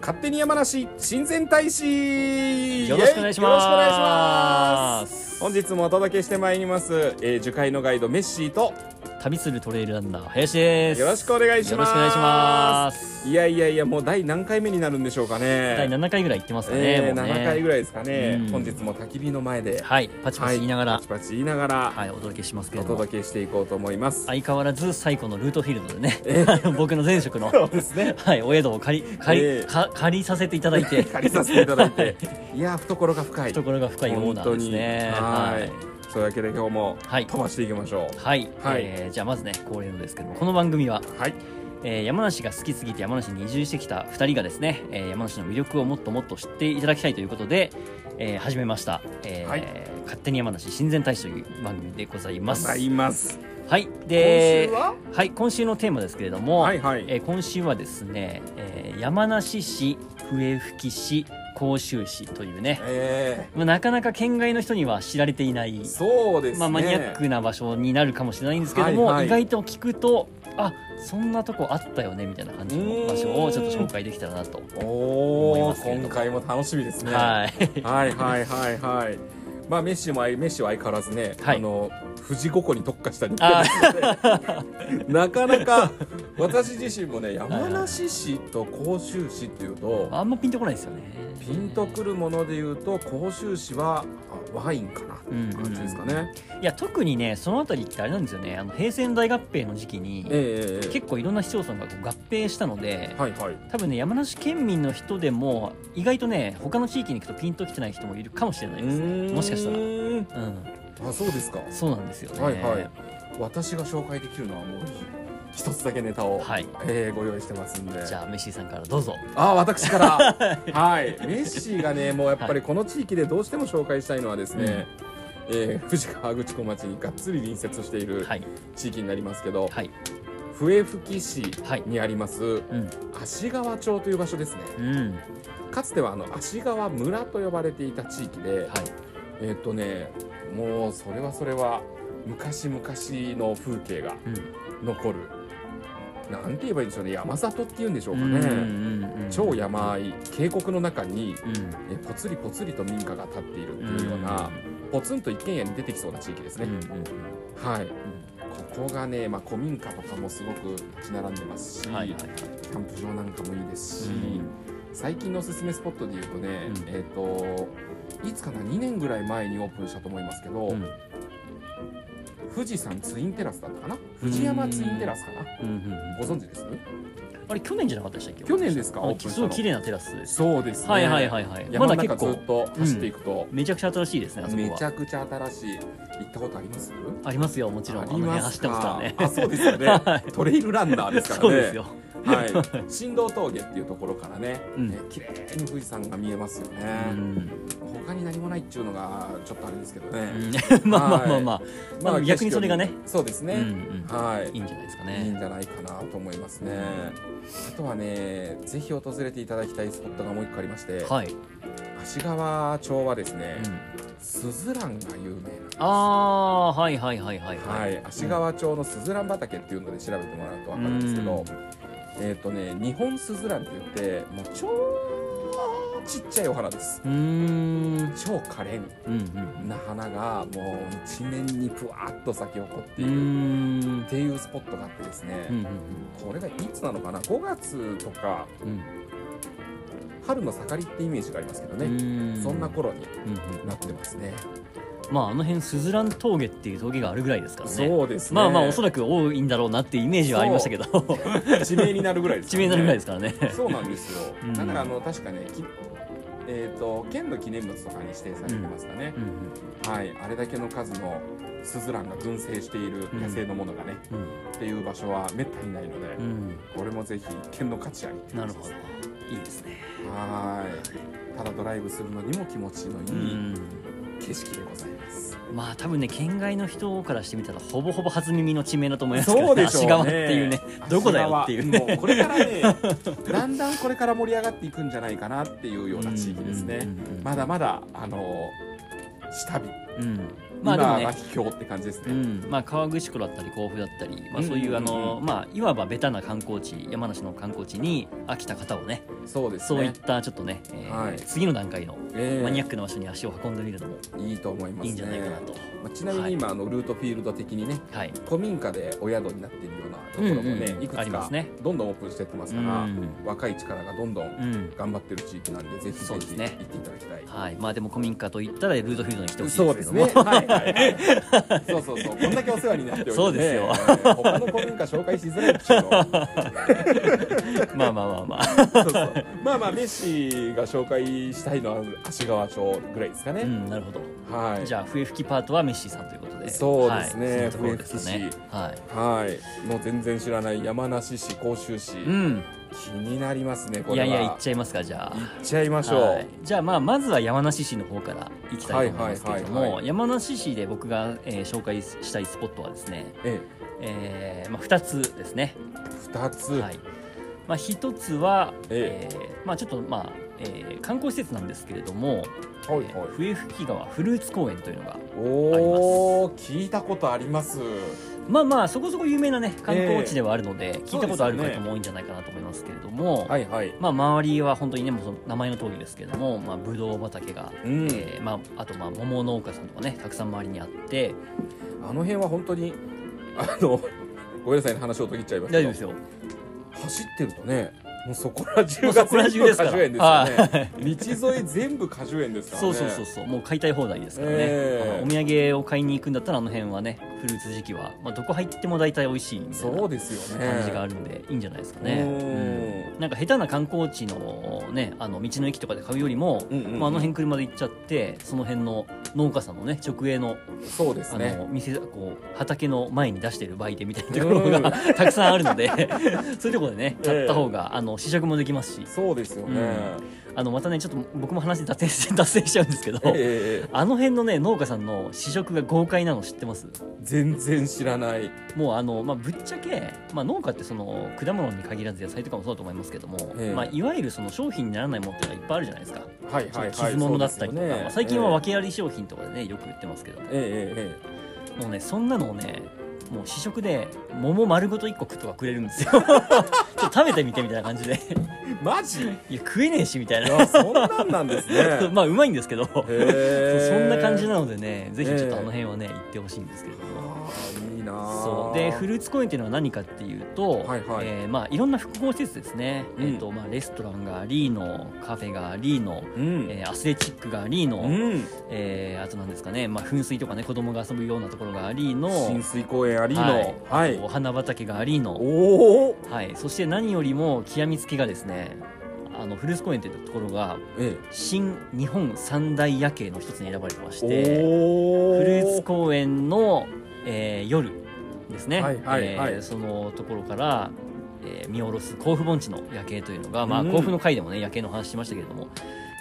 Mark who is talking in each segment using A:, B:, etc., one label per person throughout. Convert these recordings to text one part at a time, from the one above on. A: 勝手に山梨親善大使
B: よろしくお願いします
A: イエイよろしくお願いします本日もお届けしてまいります、えー、樹海のガイドメッシーと
B: 旅するトレイルランナー林です
A: よろしくお願いします
B: よろしくお願いします
A: いやいやいやもう第何回目になるんでしょうかね
B: 第7回ぐらい行ってますかね,、
A: えー
B: もうね
A: 7回ぐらいですかね、
B: うん
A: 本日も焚き火の前で
B: はいパチパチ言いながら、は
A: パ
B: い
A: チパチ言いながら、
B: お届けしますけ
A: お
B: れども
A: 届けしていこうと思います
B: 相変わらず最古のルートフィールドでね、僕の前職の、
A: そうですね
B: はい、お宿を借り借り、
A: ええ
B: か借りさせていただい て
A: 借りさせていただいていや懐が深い
B: 懐が深いオーナーですね
A: 本当にはいそういうわけで今日も
B: はい
A: 飛ばしていきましょう
B: はい、
A: はい
B: えーじゃあまずね恒例のですけどもこの番組は、
A: はい
B: えー山梨が好きすぎて山梨に移住してきた2人がですね、えー山梨の魅力をもっともっと知っていただきたいということで、えー始めました、えー
A: はい
B: 勝手に山梨親善大使」という番組でございます。
A: ございます
B: はいで
A: 今週は
B: はい、今週のテーマですけれども、
A: はいはい
B: えー今週はですね、えー山梨市笛吹市甲州市というね、
A: え
B: まあ、なかなか県外の人には知られていない
A: ー、そうですね
B: まあ、マニアックな場所になるかもしれないんですけども、
A: はいはい
B: 意外と聞くとあそんなとこあったよねみたいな感じの場所をちょっと紹介できたらなと。思い
A: おお
B: ますけれども
A: 今回も楽しみですね
B: はい、
A: はいはいはいはいまあメッシもメッシは相変わらずね、
B: はい
A: あの富士五湖に特化した日
B: あ
A: なかなか私自身もね山梨市と甲州市っていうと
B: あんまピンとこないですよね。
A: ピンとくるもので言うと甲州市はあワインかなっていう感じですかね、
B: いや特にねその辺りってあれなんですよねあの平成の大合併の時期に、
A: ええええ
B: 結構いろんな市町村がこう合併したので、
A: はいはい
B: 多分ね山梨県民の人でも意外とね他の地域に行くとピンときてない人もいるかもしれないですねもしかしたら。
A: た
B: うん、
A: らあそうですか
B: そうなんですよね。
A: はいはい私が紹介できるのはもう一つだけネタを、
B: はい
A: えーご用意してますんで
B: じゃあメッシーさんからどうぞ。
A: あー私から はいメッシーがねもうやっぱりこの地域でどうしても紹介したいのはですね、えー富士河口湖町にがっつり隣接している
B: はい
A: 地域になりますけど、
B: はい
A: 笛吹市
B: はい
A: にあります
B: うん
A: 芦川町という場所ですね
B: うんは
A: かつてはあの芦川村と呼ばれていた地域で、
B: い。
A: えーっとねもうそれはそれは昔々の風景が
B: うん
A: 残るなんて言えばいいんでしょうね山里っていうんでしょう
B: う
A: か
B: ん
A: ね、
B: うんうん
A: 超山あい渓谷の中に
B: うん
A: えぽつりぽつりと民家が建っているっていうような、ポツンと一軒家に出てきそうな地域です
B: うんう
A: ね、
B: ん
A: はいここがね、まあ、古民家とかもすごく立ち並んでますし、
B: うんはいはい
A: キャンプ場なんかもいいですし、
B: うん
A: 最近のおすすめスポットでいうとね、
B: うん
A: えっ、といつかな2年ぐらい前にオープンしたと思いますけど、
B: うん
A: 富士山ツインテラスだったかな富士山ツインテラスかな、
B: うんうん
A: ご存知です
B: あれ去年じゃなかったでしたっけ
A: 去年ですか
B: あ
A: オープンした
B: すご
A: の
B: い綺麗なテラスです
A: そうですね
B: はいはいはいはいま
A: 山の
B: だ
A: 中
B: 結
A: ず
B: 構
A: っと走っていくと、
B: めちゃくちゃ新しいですねあそこ
A: めち
B: は
A: ゃくちゃ新しい行ったことあります
B: ありますよもちろ
A: あ
B: んあ
A: り
B: のね
A: ま
B: 走
A: す
B: ってますから
A: か
B: ね
A: あそうですよね トレイルランナーですからね
B: そうですよ
A: はい、振動峠っていうところからね、
B: うん
A: ね綺麗に富士山が見えますよね、
B: うん
A: 他に何もないっていうのがちょっとあれですけどね、
B: うん まあまあまあまあま
A: 景色を
B: あ
A: 見
B: 逆にそれがね
A: そうです
B: うん
A: ね、
B: う
A: はい
B: んいいんじゃないですか
A: いいん
B: ね
A: じゃないかなと思いますね、あとはねぜひ訪れていただきたいスポットがもう一個ありまして、
B: はい
A: 芦川町はですね、
B: うん
A: スズランが有名なんです
B: ああーはいはいはいはい
A: はい、芦川町のすずらん畑っていうので調べてもらうと分かるんですけど、えっ、とね日本すずらんって言ってもう超ちっちゃいお花です
B: うんうん
A: 超可憐
B: うん
A: な花がもう一面にぷわっと咲き誇って
B: う
A: い
B: ん
A: る
B: うん
A: っていうスポットがあってですね、
B: うん
A: これがいつなのかな5月とか
B: うん
A: 春の盛りってイメージがありますけど
B: う
A: ね、
B: ん
A: そんな頃に
B: うんうん
A: なってますね、
B: まああの辺スズラン峠っていう峠があるぐらいですからね
A: そうですね
B: まあまあおそ
A: ら
B: らく多いんだろうなっていうイメージはありましたけど
A: く地名になるぐらいです
B: 地
A: からね
B: 名になるぐらいですからね
A: そうなんですよ。
B: うん
A: だからあの確かね、きえっ、と県の記念物とかに指定されてますかね
B: う。ん
A: はい、あれだけの数のスズランが群生している野生のものがね、
B: うん
A: っていう場所はめったにないので、
B: うん
A: これもぜひ県の価値ありって
B: うん
A: 感
B: な
A: じ
B: る
A: で
B: ほ
A: す
B: どいいですね
A: はーい。ただドライブするのにも気持ちの
B: う
A: いい
B: ん
A: 景色でございます。
B: まあ多分ね県外の人からしてみたらほぼほぼ初耳の地名だと思いますけ
A: そ
B: ど
A: うで
B: ね
A: しょう
B: 足
A: ね
B: 川っていうねどこだよっていうね
A: 足川もうこれからね、 だんだんこれから盛り上がっていくんじゃないかなっていうような地域ですね。まだまだあの下火
B: うんうんうんまあでもね
A: 今が秘境って感じです
B: う
A: ね。
B: んまあ、川口湖だったり甲府だったり、まあ、そういううんあ
A: うんうん
B: の、まあ、いわばベタな観光地山梨の観光地に飽きた方をね
A: そうです
B: そういっ
A: ね。
B: たちょっとね、えー
A: はい
B: 次の段階の
A: ええ
B: マニアックな場所に足を運んでみるのも
A: いいと思いますね。
B: いいんじゃないかなと。
A: まあちなみに今、あのルートフィールド的にね
B: はい
A: 古民家でお宿になっているようなところもね、
B: うんうん
A: いく
B: あ
A: つ
B: りま
A: か
B: すね
A: どんどんオープンしてってますから、
B: うん
A: 若い力がどんどん
B: うん
A: 頑張ってる地域なんで、ぜひぜ
B: そうで
A: ひ
B: す
A: 行
B: ね
A: っていただきたい。
B: はいまあ、でも古民家といったらルートフィールドに来てほしい
A: そ
B: で
A: う
B: す
A: で
B: け
A: す
B: ど
A: ね。
B: も、
A: はいはいはい。そうそうそう。こんだけお世話になっておいて、ね、
B: そうですよ
A: えー他の古民家紹介しづらいでしょ。
B: まあまあま あまあ
A: そうそう。まあまあメッシが紹介したいのは足川町ぐらいですかね。
B: うん、なるほど。
A: はい。
B: じゃあ笛吹きパートはメッシーさんということで。
A: そうですね
B: はい、そんなところですかね
A: 笛吹。
B: はい。
A: はい。もう全然知らない山梨市、甲州市。
B: うん。
A: 気になりますね。こ
B: い
A: れ
B: や
A: は。
B: いや行っ
A: ゃ
B: ちゃいますかじゃあ。
A: 行っちゃいましょう。
B: はいじゃあまあまずは山梨市の方から行きたいと思いますけれど
A: はいはいはい
B: も
A: は
B: 山梨市で僕が、えー紹介したいスポットはですね、
A: え
B: えーまあ、2つですね、
A: え、二つ。
B: はいまあ、1つは、
A: え
B: えーまあ、ちょっと、まあえー観光施設なんですけれども、
A: はいはい
B: えー笛吹川フルーツ公園というのが
A: おお、聞いたことあります。
B: まあまあそこそこ有名なね観光地ではあるので、聞いたことある
A: そうですよ
B: 方
A: ね
B: も多いんじゃないかなと思いますけれども、
A: はいはい。
B: まあ周りは本当にねもうその名前の通りですけれども、まあ、ブドウ畑が、
A: うん
B: えーまあ、あとまあ桃農家さんとかねたくさん周りにあって
A: あの辺は本当にあの ごめんなさいね話を途切っちゃいますけ
B: 大丈夫
A: ど
B: ですよ
A: 走ってるとねもうそこら中が
B: そこら中ですか
A: 全
B: ら
A: 部果樹園ですよね、道沿い全部果樹園ですからね
B: そうそうそうそうもう買いたい放題ですからね、
A: ええ
B: あのお土産を買いに行くんだったらあの辺はねフルーツ時期は、まあ、どこ入っても大体美味しいみたいな
A: そうですよね
B: 感じがあるんでいいんじゃないですかね、
A: うん
B: なんか下手な観光地のねあの道の駅とかで買うよりも、
A: うんうんうん
B: まあ、あの辺車で行っちゃってその辺の農家さんのね直営の
A: そうです
B: あ
A: ね
B: の店こう畑の前に出してる売店みたいなところが たくさんあるので そういうところでね買った方が、あの試食もできますし
A: そうですよね、
B: あのまたねちょっと僕も話脱線し 脱線しちゃうんですけど、
A: えええ
B: あの辺のね農家さんの試食が豪快なの知ってます
A: え全然知らない
B: もうあの、まあ、ぶっちゃけ、まあ、農家ってその果物に限らず野菜とかもそうだと思いますけども、
A: ええ
B: まあ、いわゆるその商品にならないものってのがいっぱいあるじゃないですか、
A: はいはいはい
B: 傷物だった
A: そうですよ
B: りとか、
A: ね
B: まあ最近は
A: ええ
B: 訳あり商品とかでねよく売ってますけど、
A: えええええ
B: もうねそんなのをねもう試食で桃丸ごと1個とかくれるんですよ ちょっと食べてみてみたいな感じで
A: えマジい
B: いや食えねえしみたいな
A: やそんなんなんですね
B: まあうまいんですけどそ
A: へえ
B: んな感じなのでねぜひちょっ
A: ええ
B: とあの辺はね行ってほしいんですけれども。
A: あーいいなー
B: そうでフルーツ公園っていうのは何かっていうと、
A: はいはい
B: えーまあ、いろんな複合施設ですね、
A: うん
B: えーとまあ、レストランがありのカフェがありの、
A: うん、
B: えーアスレチックがありの、
A: うん
B: えーあとなんですかね、まあ、噴水とかね子供が遊ぶようなところがありの
A: 浸水公園ありのは、
B: はいお花畑がありの、
A: おお
B: はい、そして何よりも極みつけがですねあのフルーツ公園というところが
A: え
B: 新日本三大夜景の一つに選ばれてまし
A: え
B: て
A: お
B: フ
A: お
B: ルーツ公園の、えー夜ですね、
A: はいはいはい
B: えーそのところから、えー見下ろす甲府盆地の夜景というのが、まあ、
A: うん
B: 甲府の回でもね夜景の話しましたけれども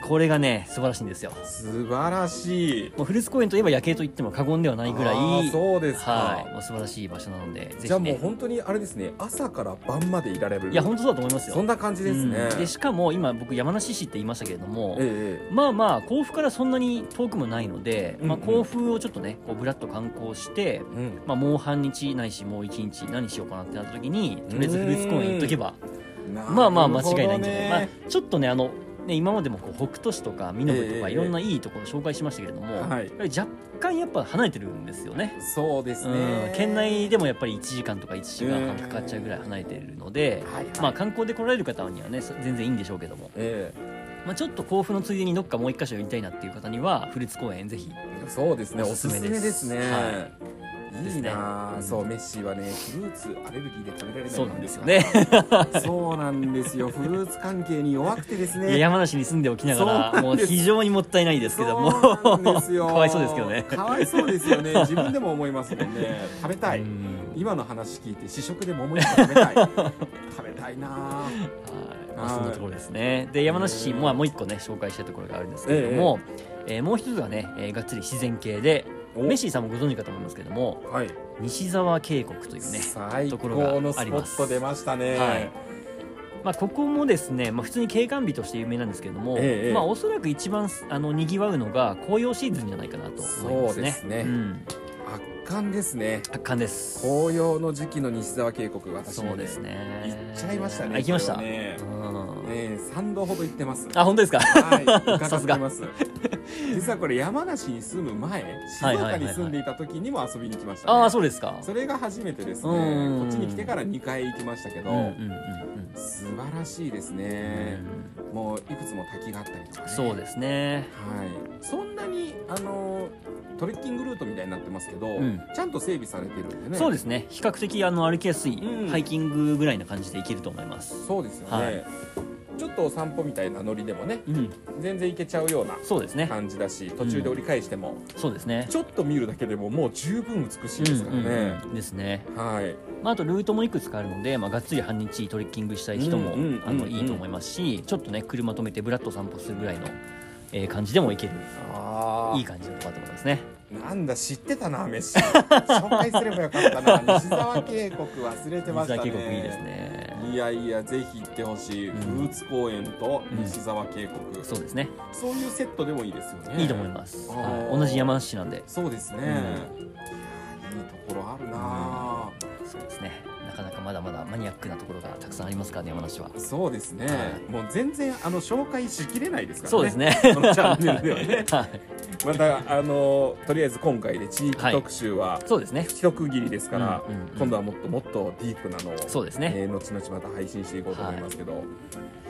B: これがね素晴らしいんですよ。
A: 素晴らしい
B: もうフルーツ公園といえば夜景と言っても過言ではないぐらい
A: あーそうですか、
B: はい、もう素晴らしい場所なのでぜひ、ね、
A: じゃあもう本当にあれですね朝から晩までいられる
B: いや本当そうだと思いますよ
A: そんな感じですね、
B: うんでしかも今僕山梨市って言いましたけれども、
A: え
B: まあまあ甲府からそんなに遠くもないので、まあ、
A: うんうん
B: 甲府をちょっとねこうぶらっと観光して、
A: えうん
B: まあ、もう半日ないしもう一日何しようかなってなった時にとりあえずフルーツ公園行っとけば、まあまあ間違いないんじゃない、
A: なる
B: まあ、ちょっとねあのね今までもこう北斗市とか美濃部とか
A: ええ
B: いろんないいところ紹介しましたけれども、
A: はい
B: やっぱり若干やっぱ離れてるんですよね。
A: ほどねそうです
B: う
A: ね
B: ん、県内で
A: も
B: もやっぱり1時間とか1時間半かかっちゃうぐらい離れているので、
A: はいはい、
B: まあ、観光で来られる方にはねそ全然いいんでしょうけども、
A: え
B: まあ、ちょっと甲府のついでにどっかもう一箇所寄りたいなっていう方にはフルーツ公園ぜひ
A: えそうですねお
B: お
A: す
B: す
A: す
B: す
A: め
B: め
A: で
B: ですす
A: ね、、
B: はい
A: いなあ、
B: ですね
A: そうメッシーはねフルーツアレルギーで食べられない
B: そうなんですよ
A: から
B: ね
A: そうなんですよ。フルーツ関係に弱くてです
B: いや
A: ね。
B: 山梨に住んでおきなが
A: そう
B: ら
A: な
B: も
A: ん
B: う
A: です
B: 非常にもったいないですけども
A: そうなんですよ
B: かわいそうですけどね
A: かわいそうですよね。自分でも思いますもんね。食べたい。
B: うん
A: 今の話聞いて試食で桃焼き食べたい。食べたいなあ。
B: はいまあそんなところですねで山梨市ももう一個ね紹介したいところがあるんですけれども、えーもう一つがね、えーがっつり自然系で
A: お
B: メッシーさんもご存知かと思いますけども
A: はい。
B: 西沢渓谷というね
A: 最
B: ところ
A: 高の
B: があ
A: ス
B: り
A: ポ
B: ま
A: ット
B: す
A: 出ましたね。
B: はいまあ、ここもですね、まあ、普通に景観美として有名なんですけれども、
A: ええ
B: まあ、おそらく一番あの賑わうのが紅葉シーズンじゃないかなと思いますね。
A: そうですね
B: ん、
A: 圧巻ですね
B: 圧巻です。
A: 紅葉の時期の西沢渓谷私
B: そ
A: も
B: う
A: ね
B: ですね。
A: 行っちゃいましたね
B: あ行きました。
A: これはね
B: うん
A: えー、3度ほど行ってます
B: あ、本当ですか。
A: はい、伺
B: さ
A: っ
B: す
A: て
B: が
A: ます。実はこれ山梨に住む前、静
B: はいはいはいは
A: 岡
B: い
A: に住んでいた時にも遊びに来ました、ね
B: あー、そうですか。
A: それが初めてですね。
B: うん
A: こっちに来てから2回行きましたけど、
B: うんうんうん
A: 素晴らしいです
B: うん
A: ね。もういくつも滝があったりとか、
B: う
A: ね。
B: ん。そうですね。
A: はい。そんなにあのトレッキングルートみたいになってますけど、
B: ん
A: ちゃんと整備されてるんでね。
B: そうですね。比較的あの歩きやすい、
A: うん
B: ハイキングぐらいな感じで行けると思います。
A: そうですよね。
B: はい
A: ちょっとお散歩みたいなノリでもね、
B: うん、
A: 全然行けちゃうような
B: そうですね。
A: 感じだし、途中で折り返しても、
B: そうですね。
A: ちょっと見るだけでももう十分美しいですからね
B: う。んうんですね。
A: はい。
B: まあ、あとルートもいくつかあるので、まあ、がっつり半日トレッキングしたい人も、
A: うんうんうんうん
B: あのいいと思いますしちょっとね車止めてぶらっと散歩するぐらいの、えー感じでもいける
A: あ
B: いい感じのとこだと思いますね
A: なんだ知ってたな飯。 紹介すればよかったな。 西沢渓谷忘れてま
B: 水
A: したね。
B: 沢渓谷いいです。ね
A: いやいやぜひ行ってほしい。
B: うん
A: フルーツ公園と
B: うん
A: 西沢渓谷、そ
B: そうですね
A: ういうセットでもいいですよね。
B: いいと思います、
A: あー
B: はい同じ山梨市なんで
A: そうですね。
B: ん
A: いやいいところあるな。
B: そうですねなかなかまだまだマニアックなところがたくさんありますからね山梨は
A: そうですね。もう全然あの紹介しきれないですからね。
B: そうです。ね
A: このチャン ネルでは ね
B: はい
A: またあのとりあえず今回で地域特集は、
B: そうですね
A: 一区切りですから、
B: うんうんうん
A: 今度はもっともっとディープなのを、
B: そうですね、
A: えー後々また配信していこうと思いますけど、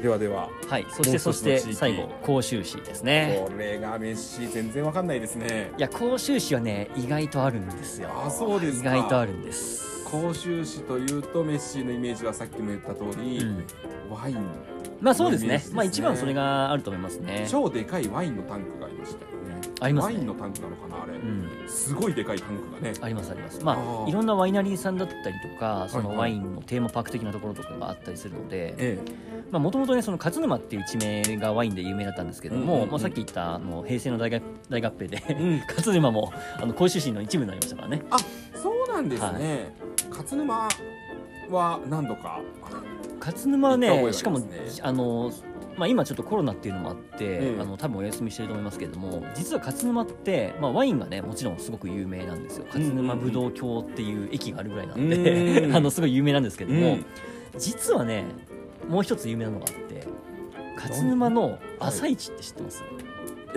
A: ではでは
B: はいそし
A: もう
B: て
A: 一つの
B: そして
A: 地域
B: 最後甲州市ですね
A: これがメッシ全然わかんないですね
B: いや甲州市はね意外とあるんですよ
A: あそうですか
B: 意外とあるんです
A: 甲州市というとメッシのイメージはさっきも言った通り、
B: うん
A: ワイン
B: まあそうです
A: イメー
B: ね
A: ジですね
B: まあ一番それがあると思いますね
A: 超でかいワインのタンクがありましたよね
B: ありますね
A: ワインのタンクなのかなあれ、
B: うん
A: すごいでかいタンクがね
B: ありますありますま
A: あ
B: あ
A: ー
B: いろんなワイナリーさんだったりとかそ
A: は
B: の
A: いは
B: ワ
A: い
B: インのテーマパーク的なところとかがあったりするので
A: え
B: まあもともとねその勝沼っていう地名がワインで有名だったんですけど
A: うんうん
B: も
A: うん
B: まあさっき言ったあの平成の大合大合併
A: えう
B: で
A: ん
B: 勝沼もあの甲州市の一部になりましたからね
A: そうなんですね、勝沼は何度か
B: 勝沼は
A: 行った覚えがありま
B: ね
A: すね
B: しかもあのまあ、今ちょっとコロナっていうのもあって、
A: うん
B: あの多分お休みしてると思いますけれども実は勝沼って、まあ、ワインがねもちろんすごく有名なんですよ勝沼ぶどう郷っていう駅があるぐらいなんで、
A: うん
B: あのすごい有名なんですけども、
A: うん
B: 実はねもう一つ有名なのがあって勝沼の朝市って知ってます、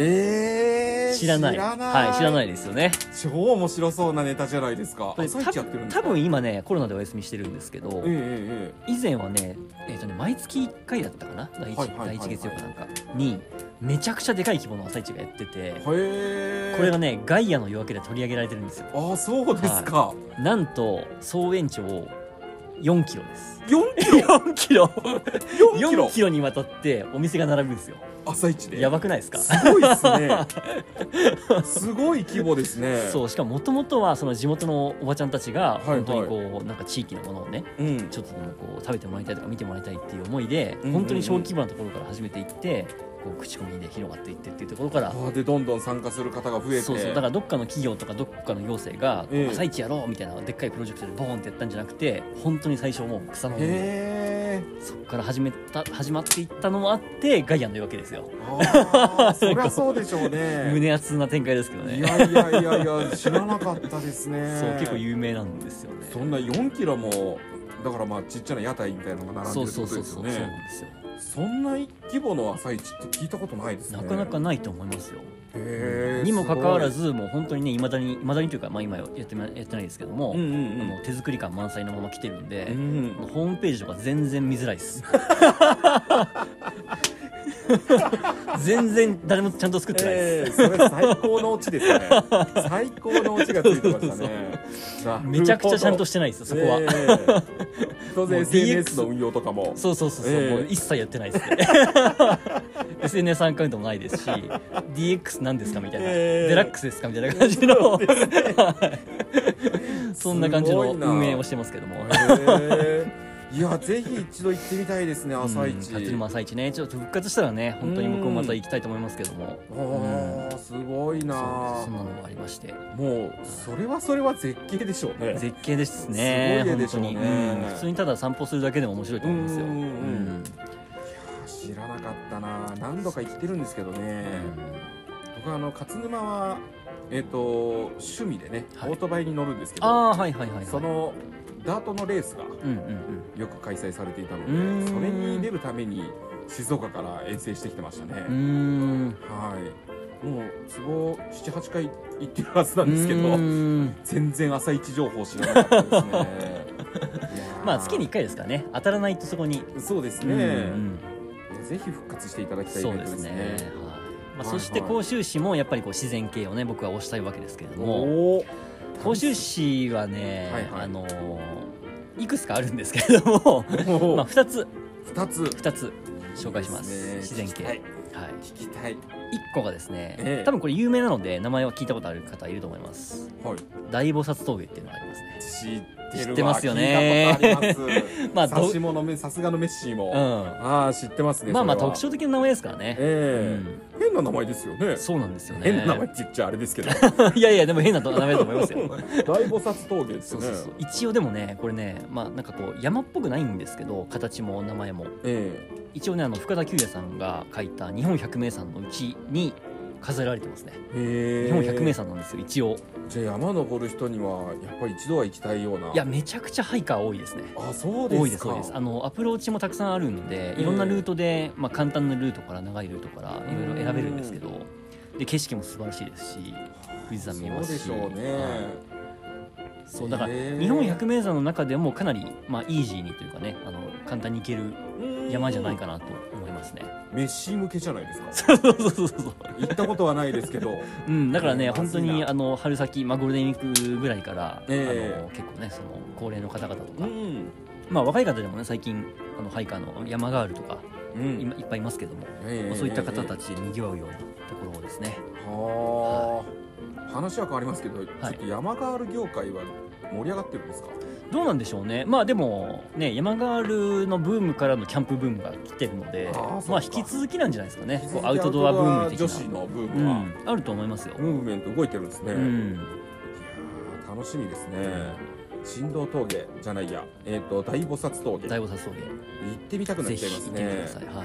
A: えー、
B: 知らない
A: 知らない、
B: はい、知らないですよね
A: 超面白そうなネタじゃないですか。
B: これ
A: 朝一やってるんです
B: 多
A: か。
B: 分今ねコロナでお休みしてるんですけど、
A: ええ
B: 以前はね,、えーとね毎月1回だったかな第 1,、
A: はいはいはいはい
B: 第一月曜かなんかにめちゃくちゃでかい規模の朝市がやってて
A: えええへえ。
B: これがねガイアの夜明けで取り上げられてるんですよ
A: ああそうですか。
B: なんと総延長4キロです
A: 四、
B: 4キロ
A: 4キロ
B: 4キロにわたってお店が並ぶんですよ
A: 朝一で。
B: やばくないですか
A: すごいですね。すごい規模ですね。
B: そうしかもともとはその地元のおばちゃんたちが
A: はいはい
B: 本当にこう、なんか地域のものをね
A: う。ん。
B: ちょっとでもこう食べてもらいたいとか見てもらいたいっていう思いで、
A: うんうん
B: 本当に小規模なところから始めていってこう口コミで広がっていってっていうところから
A: ああでどんどん参加する方が増えて。
B: そうそうだからどっかの企業とかどっかの行政がこう
A: ええ
B: 朝一やろうみたいなでっかいプロジェクトでボーンってやったんじゃなくて本当に最初もう草の根で
A: へえ。
B: そこから始めた始まっていったのもあってガイアンのわけですよ
A: ああそりゃそうでしょうね。
B: 胸熱な展開ですけど
A: い
B: ね
A: やいやいやいや知らなかったですね。
B: そう結構有名なんですよね
A: そんな四キロもだからまあちっちゃな屋台みたいなのが並
B: そ
A: ん
B: う
A: でるって
B: そう
A: こと
B: そう
A: ですよ
B: そうそう
A: ね
B: な。んですよ
A: そんな規模の朝市って聞いたことないですね。
B: なかなかないと思いますよ。
A: へー
B: にもかかわら
A: す
B: ずもう本当にねいまだにいまだにというか、まあ、今やってまやってないですけども、
A: ごいうんうん
B: あの手作り感満載のまま来てるん
A: う
B: で、
A: ん。
B: ホームページとか全然見づらいです 全然誰もちゃんと作ってないで
A: えー、それ最高のオチ ですね最高のオチがついてましたねなる
B: す、
A: ほど
B: めちゃくちゃちゃんとしてないですよそこは、
A: えー当然
B: もう DX
A: SNS の運用とかも
B: そうそうそうそう、
A: ええ
B: もう一切やっ てないですね SNS アカウントもないですし DX なんですかみたいな、
A: ええ
B: デラックスですかみたいな感じの、はいそんな感じ
A: す
B: の
A: ごいな
B: 運営をしてますけども
A: へーいやぜひ一度行ってみたいですね朝
B: うん
A: 市、
B: 勝沼朝市ねちょっと復活したらね本当に僕もまた行きたいと思いますけども
A: おーすごいな
B: そう
A: あ
B: そんなのもありまして
A: もうそれはそれは絶景でしょうね
B: 絶景ですね
A: すごい絵
B: 本
A: でし
B: 当
A: ょうね
B: に、うん普通にただ散歩するだけでも面白いと思いますよ
A: う
B: うん
A: うんうん
B: ん
A: 知らなかったな何度か行ってるんですけどね、僕はあの勝沼はえっ、と趣味でね、
B: はい
A: オートバイに乗るんですけど、
B: ああはいはいはいはい
A: そのダートのレースが
B: うんうん
A: よく開催されていたの
B: う
A: で
B: ーん
A: それに出るために静岡から遠征してきてましたね、
B: うんう
A: はいもう都合78回行ってるはずな
B: ー
A: ん
B: ん
A: ですけ
B: う
A: ど
B: ーん
A: 全然朝一情報知らなかったですねいやー
B: まあ月に1回ですからね当たらないとそこに
A: そうです
B: うんう
A: ね、
B: ん
A: ぜひ復活していただきたいイ
B: そ
A: ベ
B: う
A: ント
B: で
A: ですす
B: ね
A: ね
B: はいまあ、
A: はい
B: そして甲州市もやっぱりこう自然系をね僕は推したいわけですけれども
A: おお
B: 甲州市はね、
A: はいはい
B: あのーいくつかあるんですけれどもまあ2つ
A: 2つ
B: 2つ紹介します自然
A: 聞
B: 系、
A: きた
B: はい、
A: い聞きたい
B: 1個がですね、
A: ええ
B: 多分これ有名なので名前は聞いたことある方いると思います
A: はい
B: 大菩薩峠っていうのがあります ね
A: 知ってるわ
B: 知ってますよね
A: 聞いたことあります
B: まあど
A: さしものめさすがのメッシーも、
B: うん
A: ああ知ってますね
B: まあまあ
A: それは
B: 特徴的な名前ですからね、
A: ええ変な名前ですよね
B: うん、そうなんですよね
A: 変な名前って言っちゃあれですけど大
B: いやいやでも変な名前だと思い ますよ
A: 菩薩峠って
B: そう
A: ね
B: そうそう一応でもねこれねまあなんかこう山っぽくないんですけど形も名前も
A: え
B: 一応ねあの深田久也さんが書いた日本百名山のうちに飾られてますね、
A: えへえ
B: 日本百名山なんですよ一応
A: じゃあ山登る人にはやっぱり一度は行きたいようない
B: やめちゃくちゃハイカー多いですね
A: あそうですか
B: 多いです多いですあのアプローチもたくさんあるので
A: え
B: いろんなルートで、まあ、簡単なルートから長いルートからいろいろ選べるんですけどで景色も素晴らしいですし富士山見えますし
A: そうでしょうね、
B: はいそうだから
A: へえ
B: 日本百名山の中でもかなり、まあ、イージーにというかねあの簡単に行ける
A: うん
B: 山じゃないかなと思いますね。
A: メッシー向けじゃないですか
B: そうそうそうそう。
A: 行ったことはないですけ ど
B: うん、だからね、
A: まずい
B: 本
A: な
B: 当にあの春先、まあ、ゴールデンウィークぐらいから、
A: ええ
B: あの結構ね、その高齢の方々と
A: う
B: か、
A: ん、
B: まあ、若い方でもね、最近、あのハイカーの山ガールとか、
A: うん
B: 今いっぱいいますけども、
A: え
B: ま
A: え
B: あそういった方たちで賑わうようなところをですね、
A: はあ、話は変わりますけど、
B: はい
A: ちょっと山ガール業界は盛り上がってるんですか。
B: どうなんでしょうね、まあでも、ね、山ガールのブームからのキャンプブームが来てるので
A: あー、そ
B: ま
A: っ
B: あ、
A: か
B: 引き続きなんじゃないですかね、こうアウトドアブーム的
A: 女子
B: な。
A: のブー
B: う
A: ムは、
B: ん、あると思いますよ。
A: ムーブメント動いてるんですね。
B: う
A: いや
B: ん
A: ー楽しみですね。振動峠じゃないや、えっ、と大菩薩峠
B: 大
A: 行
B: 菩薩峠
A: ってみたくなっ
B: ぜ
A: ち
B: ひ
A: ゃいま
B: 行
A: す
B: ってみてく
A: ね
B: ださ。い、は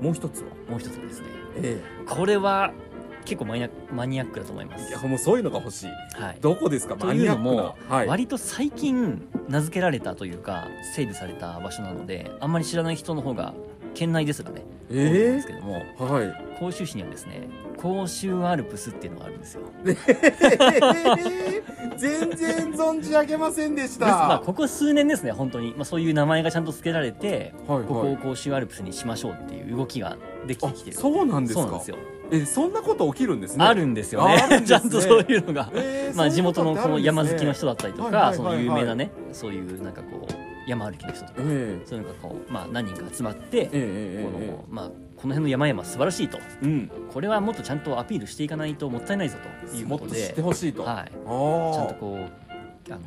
B: い、
A: もう一つは、
B: もう一つはですね
A: え
B: これは結構マニアマニアックだと思いま
A: え、い
B: す
A: や、もうそういうのが欲しい。
B: はい、
A: どこですか、
B: と
A: マ
B: いう
A: ニアッ
B: の
A: ク
B: も、
A: な。はい。
B: 割と最近名付けられたというか整備された場所なのであんまり知らない人の方が県内ですがね、多いと思うん
A: え
B: ですけども
A: えはい。
B: 甲州市にはですね甲州アルプスっていうのがあるんですよ
A: 全然存じ上げませんでし
B: ですまあ
A: た。
B: ここ数年ですね本当に、まあ、そういう名前がちゃんと付けられて
A: はい
B: こ
A: は
B: こを
A: い。
B: 甲州アルプスにしましょうっていう動きができて
A: あ
B: きて、る
A: そうなんです
B: そうなん
A: か
B: で。すよ、
A: えそんなこと起きるんですね
B: あるんですよね
A: あるんですね
B: ちゃんとそういうのが
A: えー
B: まあ、地
A: そういうと
B: 元の
A: って
B: こ
A: あ
B: の
A: るんですね
B: 山好きの人だったりとか、
A: はいはいはいはい
B: その有名なねそういうなんかこう山歩きの人とか、
A: え
B: そういうのがこう、まあ、何人か集まって、
A: えええ
B: この
A: え
B: まあ、この辺の山々素晴らしいと
A: えうん
B: これはもっとちゃんとアピールしていかないともったいないぞという
A: も
B: こ
A: っ
B: と
A: と知っ
B: で
A: て、ほしいと、
B: はい、
A: あー
B: ちゃんとこうあの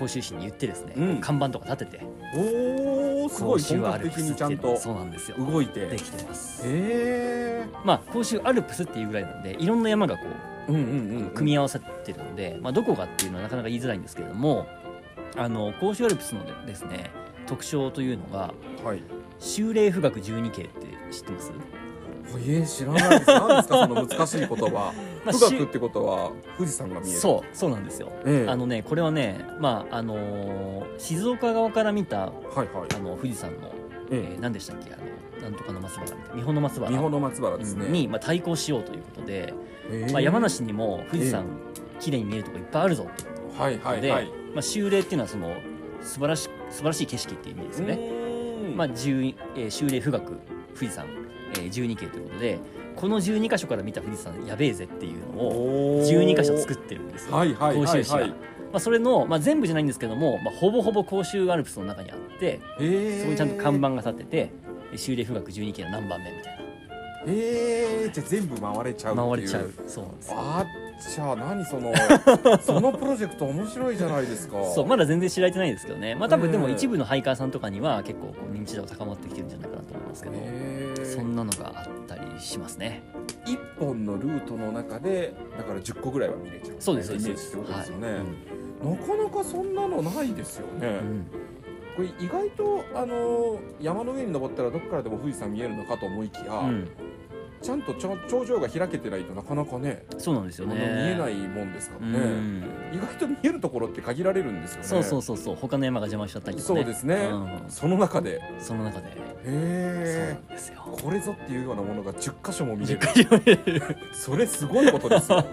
B: 甲州市に言ってですね、
A: うん
B: 看板とか立てて
A: おおすご
B: 甲
A: い
B: 州
A: 本
B: ア
A: 格
B: ル
A: 的
B: プス
A: に
B: っ
A: ち
B: て
A: ゃ
B: い
A: ん
B: うの
A: と
B: そうなんですよ
A: 動いて
B: できてます、
A: え
B: まあ、甲州アルプスっていうぐらいなんでいろんな山がこ
A: えう
B: う
A: んうんうん
B: 組
A: み
B: み合わさってるので、まあ、どこがっていうのはなかなか言いづらいんですけれどもあの甲州アルプスのですね特徴というのが
A: はい
B: 修霊富岳12景って知ってます、
A: おいえ知らないです何ですかその難しい言葉
B: まあ
A: 富岳ってことは富士山が見えるう
B: そうそうなんですよ、
A: ええ
B: あのねこれはね、まああのー静岡側から見た
A: はいはい
B: あの富士山の、え
A: え
B: ー何でしたっけあのなんとかの松原み本の松
A: え
B: 原
A: 日本の松原です
B: うん
A: ね
B: に、まあ、対抗しようということで、
A: ええ
B: まあ、山梨にも富士山綺麗に見えるとこいっぱいあるぞっていうこ
A: はいは
B: とで、
A: いはい
B: まあ、修霊っていうのはその素晴らし素晴らしい景色っていう意味ですよね、
A: うん
B: まあ、10えー修霊富岳富士山、えー12景ということでこの12箇所から見た富士山やべえぜっていうのを
A: おー
B: 12箇所作ってるんですよ
A: はいはい
B: 甲
A: は
B: 州
A: い
B: 市が、
A: はい
B: まあ、それの、まあ、全部じゃないんですけども、まあ、ほぼほぼ甲州アルプスの中にあって
A: ええ
B: そこにちゃんと看板が立っててえー修霊富岳12景の何番目みたい
A: えー、じゃあ全部回れちゃうって
B: な
A: いう
B: 回れちゃうそうなんですよ
A: あちゃ何その そのプロジェクト面白いじゃないですか
B: そうまだ全然知られてないですけどねまあ多分でも
A: うん
B: 一部のハイカーさんとかには結構こう認知度が高まってきてるんじゃないかなと思いますけど、
A: へー
B: そんなのがあったりしますね
A: 一本のルートの中でだから10個ぐらいは見れちゃう
B: そうですそう
A: イ
B: で
A: メ
B: す
A: ージってことですよね、
B: はい
A: なかなかそんなのないですよね、
B: うんうん
A: これ意外とあの山の上に登ったらどこからでも富士山見えるのかと思いきや、
B: うん
A: ちゃんとちょ頂上が開けてないとなかなかね
B: そうなんですよね
A: あの見えないもんですからね、
B: うん
A: 意外と見えるところって限られるんですよね
B: そうそうそうそう他の山が邪魔しちゃったりとか
A: そ
B: ね
A: うですね
B: うん
A: その中で
B: その中でそうな
A: へ
B: んですよ
A: えこれぞっていうようなものが10箇所も見れる
B: 10回言われる
A: それすごいことです よ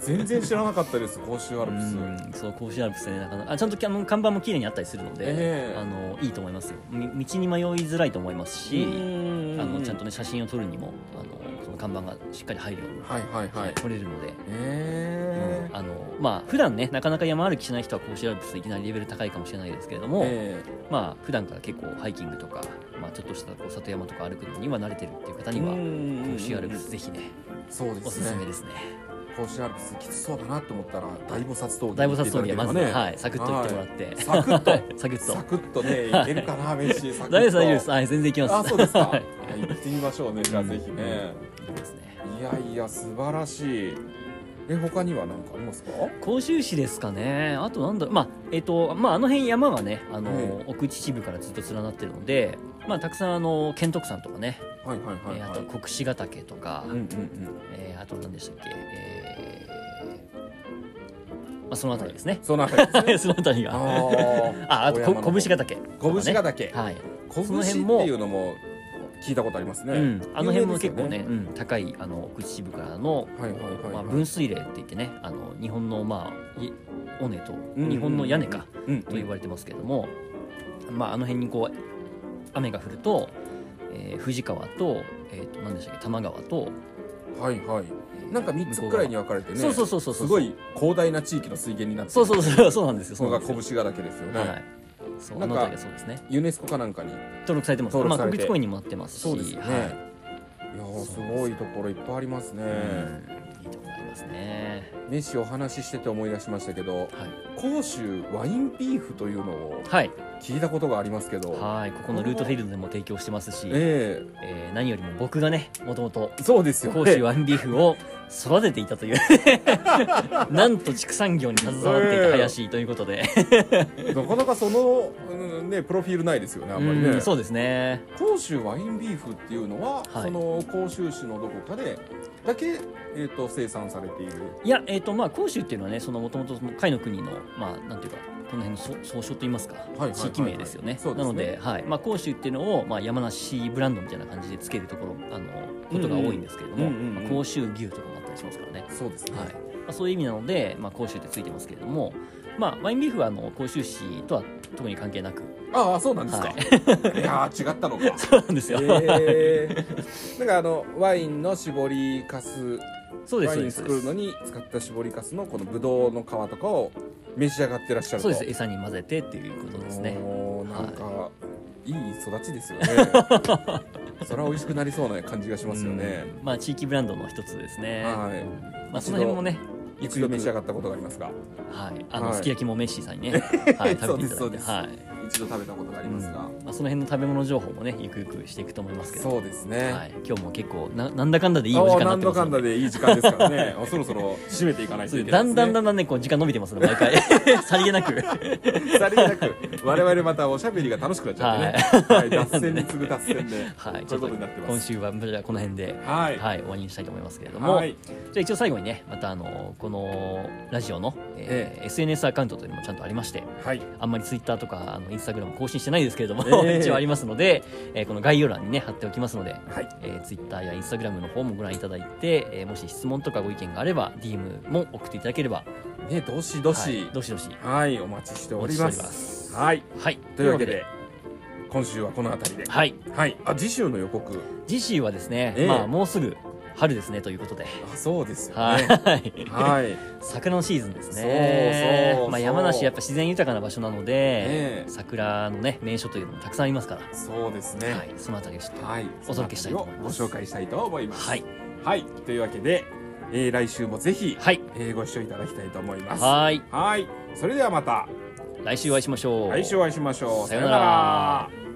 A: 全然知らなかったです甲州アルプス
B: うんそう甲子アルプスねなかなかあちゃんとあの看板も綺麗にあったりするので、
A: ええ
B: あのいいと思いますよみ道に迷いづらいと思いますし、あ
A: あ
B: のちゃんとね写真を撮るにもあのその看板がしっかり入るように、
A: はいはいはいへ
B: 撮れるので、
A: え
B: あのまあ普段ねなかなか山歩きしない人は甲子アルプスいきなりレベル高いかもしれないですけれども、
A: え
B: まあ普段から結構ハイキングとか、まあ、ちょっとしたこう里山とか歩くのには慣れてるっていう方
A: え
B: には、
A: うん
B: 甲子アルプスぜひね
A: そうで
B: お
A: す
B: すすめ
A: ね
B: ですね
A: 甲州アルプスきつそうだなと思ったら大菩薩峠
B: 大菩薩峠はまずね、
A: い
B: はい、サクッと行ってもらって、
A: サクッと
B: サクッと
A: サクッとねいけるかな名刺サクッと
B: 大丈夫です大丈夫ですはい全然行きます
A: あそうですか
B: はい
A: はい行ってみましょうねじゃあぜひね
B: いいですね
A: いやいや素晴らしいえ他には何かありますか
B: 甲州市ですかねあとなんだまあえっ、とまああの辺山がねあの、
A: え
B: 奥秩父からずっと連なってるのでまあたくさんあの県徳山とかね、
A: はいはいはい
B: えーあ
A: は
B: と
A: い
B: 国士ヶ岳とか、
A: うんうんうん
B: えーあと何でしたっけえーまあその辺りですね
A: その あたりです
B: は
A: ね
B: いその辺り
A: あ
B: が
A: ー
B: ああと
A: 大
B: こ
A: 山の
B: 拳ヶ岳とかね
A: 拳ヶ岳
B: はい、
A: 拳
B: の辺
A: っ
B: も
A: ていうのも聞いたことありますね
B: うん、あの辺も結構
A: 有名で
B: ねうん、高いあの奥秩父からの、
A: はいはいはいはい
B: まあ、分水嶺って言ってねあの日本のまあい尾根と
A: うんうんうん
B: 日本の屋根か、
A: すよねうん
B: と言われてますけれども、まあ、あの辺にこう雨が降ると、えー、富士川と,、えー、と何でしたっけ多摩川と
A: はいはいなんか三つくらいに分かれてね
B: そうそうそうそう
A: すごい広大な地域の水源になってる
B: そうそうそうそうなんですよそ
A: の
B: うな
A: が
B: んですよ
A: 拳ヶ岳ですよね、
B: はいそう
A: な
B: あ
A: ん
B: の
A: か
B: 辺りがそうですね
A: ユネスコかなんかに
B: 登録されてます
A: 登録
B: ま
A: さ
B: あ、
A: れて
B: 国立公園にもなってますし
A: そうですよね、
B: はい
A: い、やーすごいところいっぱいありますね、
B: うんいいとこありますね
A: ネッシーお話ししてて思い出しましたけど
B: はい、
A: 甲州ワインビーフというのを
B: はい
A: 聞いたことがありますけど、
B: はいここのルートフィールドでも提供してますし、え
A: え
B: ー何よりも僕がねもともと
A: えそうですよ
B: 甲
A: ね
B: 州ワンビーフを育てていたと いうなんと畜産業に携わっていた林ということで
A: なかなかその、うんね、プロフィールないですよねあんまり
B: う
A: ね
B: んそうですね
A: 甲州ワインビーフっていうのは、
B: は
A: そ
B: い
A: の甲州市のどこかでだけ、えー、と生産されている
B: いやえっ、とまあ甲州っていうのはねそのもともと甲斐の国のまあなんていうかこの辺の総総称といいますか、
A: いはいはい
B: 地域名ですよね
A: そうで
B: な
A: すね
B: ので、はいまあ、甲州っていうのを、まあ、山梨ブランドみたいな感じでつけるところあのことが多いんですけれども、
A: うんうんうんうん
B: まあ甲州牛とかもあったりしますからね
A: そうですね、
B: はいまあ、そういう意味なので、まあ、甲州ってついてますけれども、まあ、ワインビーフはあの甲州市とは特に関係なく
A: ああそうなんですか、、
B: はい
A: やー違ったのか
B: そうなんですよ、
A: えー、なんかあのワインの搾りかす
B: そうです
A: ワ
B: そ
A: イ
B: うで
A: ン
B: す
A: 作るのに使った搾りかすのこのブドウの皮とかを召し上がってらっしゃる
B: そ
A: と
B: うです餌に混ぜてっていうことですね
A: おーなんか、い、い育ち ですよねそれは美味しくなりそうな感じがしますよね
B: うんまあ地域ブランドの一つですね
A: はい
B: うんまあその辺もね
A: 一度召し上がったことがありますが
B: はいあの
A: はい
B: すき焼きもメッシーさ んにねはい
A: そ
B: 食
A: う
B: べ
A: で
B: てい
A: す
B: ただい
A: そう
B: て
A: です
B: はい
A: 一度食べたことがあり
B: うん
A: ますが、
B: まあその辺の食べ物情報もねゆくゆくしていくと思いますけど
A: そうですね、
B: はい今日も結構ななんだかんだでいいお時
A: お
B: 間にな
A: 何
B: って
A: 度
B: ます
A: かんだ
B: ので
A: でいい時間ですから ねあそろそろ締めていかない
B: そ
A: と
B: う
A: い
B: で
A: け
B: すだ
A: ないです、ね、
B: んだんだんだんねこう時間伸びてますね 毎回さりげなく
A: さりげなく我々またおしゃべりが楽しくなっちゃってね、はい、脱線に次ぐ脱線で、
B: は
A: と
B: い、ち
A: いうこ
B: ょっ
A: ととになってま
B: 今
A: す
B: 週はじゃあこの辺で、
A: は
B: はいい終わりにしたいと思いますけれども、
A: はい
B: じゃあ一応最後にねまたあのこのラジオの、えー SNS アカウントというのもちゃんとありまして
A: はい
B: あんまりツイッターとかあのインスタグラム更新してないですけれども、
A: ええ
B: 一応ありますので、えーこの概要欄にね貼っておきますので、
A: はい
B: えー、ツイッターやインスタグラムの方もご覧いただいて、えーもし質問とかご意見があれば DM も送っていただければ
A: ねどしどし
B: はい、どしどし
A: はい、お待ちしておりま
B: お待ちしております
A: はい
B: はい
A: というわけで今週はこの辺りで
B: はい
A: はいあ次週の予告
B: 次週はですね、
A: ええ
B: まあもうすぐ春ですねということで
A: あそうですよ
B: はい、
A: ねはい
B: 桜のシーズンですね
A: そうそうそう
B: まあ、山梨やっぱ自然豊かな場所なので、
A: ええ
B: 桜のね名所というのもたくさんありますから、
A: そうです
B: は
A: ね
B: い、そのあたりを知って
A: はい
B: お届けしたいと思います
A: その辺りをご紹介したいと思います
B: はい
A: はいというわけでえー来週もぜひ、
B: はい
A: えーご視聴いただきたいと思います。
B: はーい
A: はいそれではまた
B: 来週お会いしましょう
A: 来週お会いしましょう。
B: さようなら。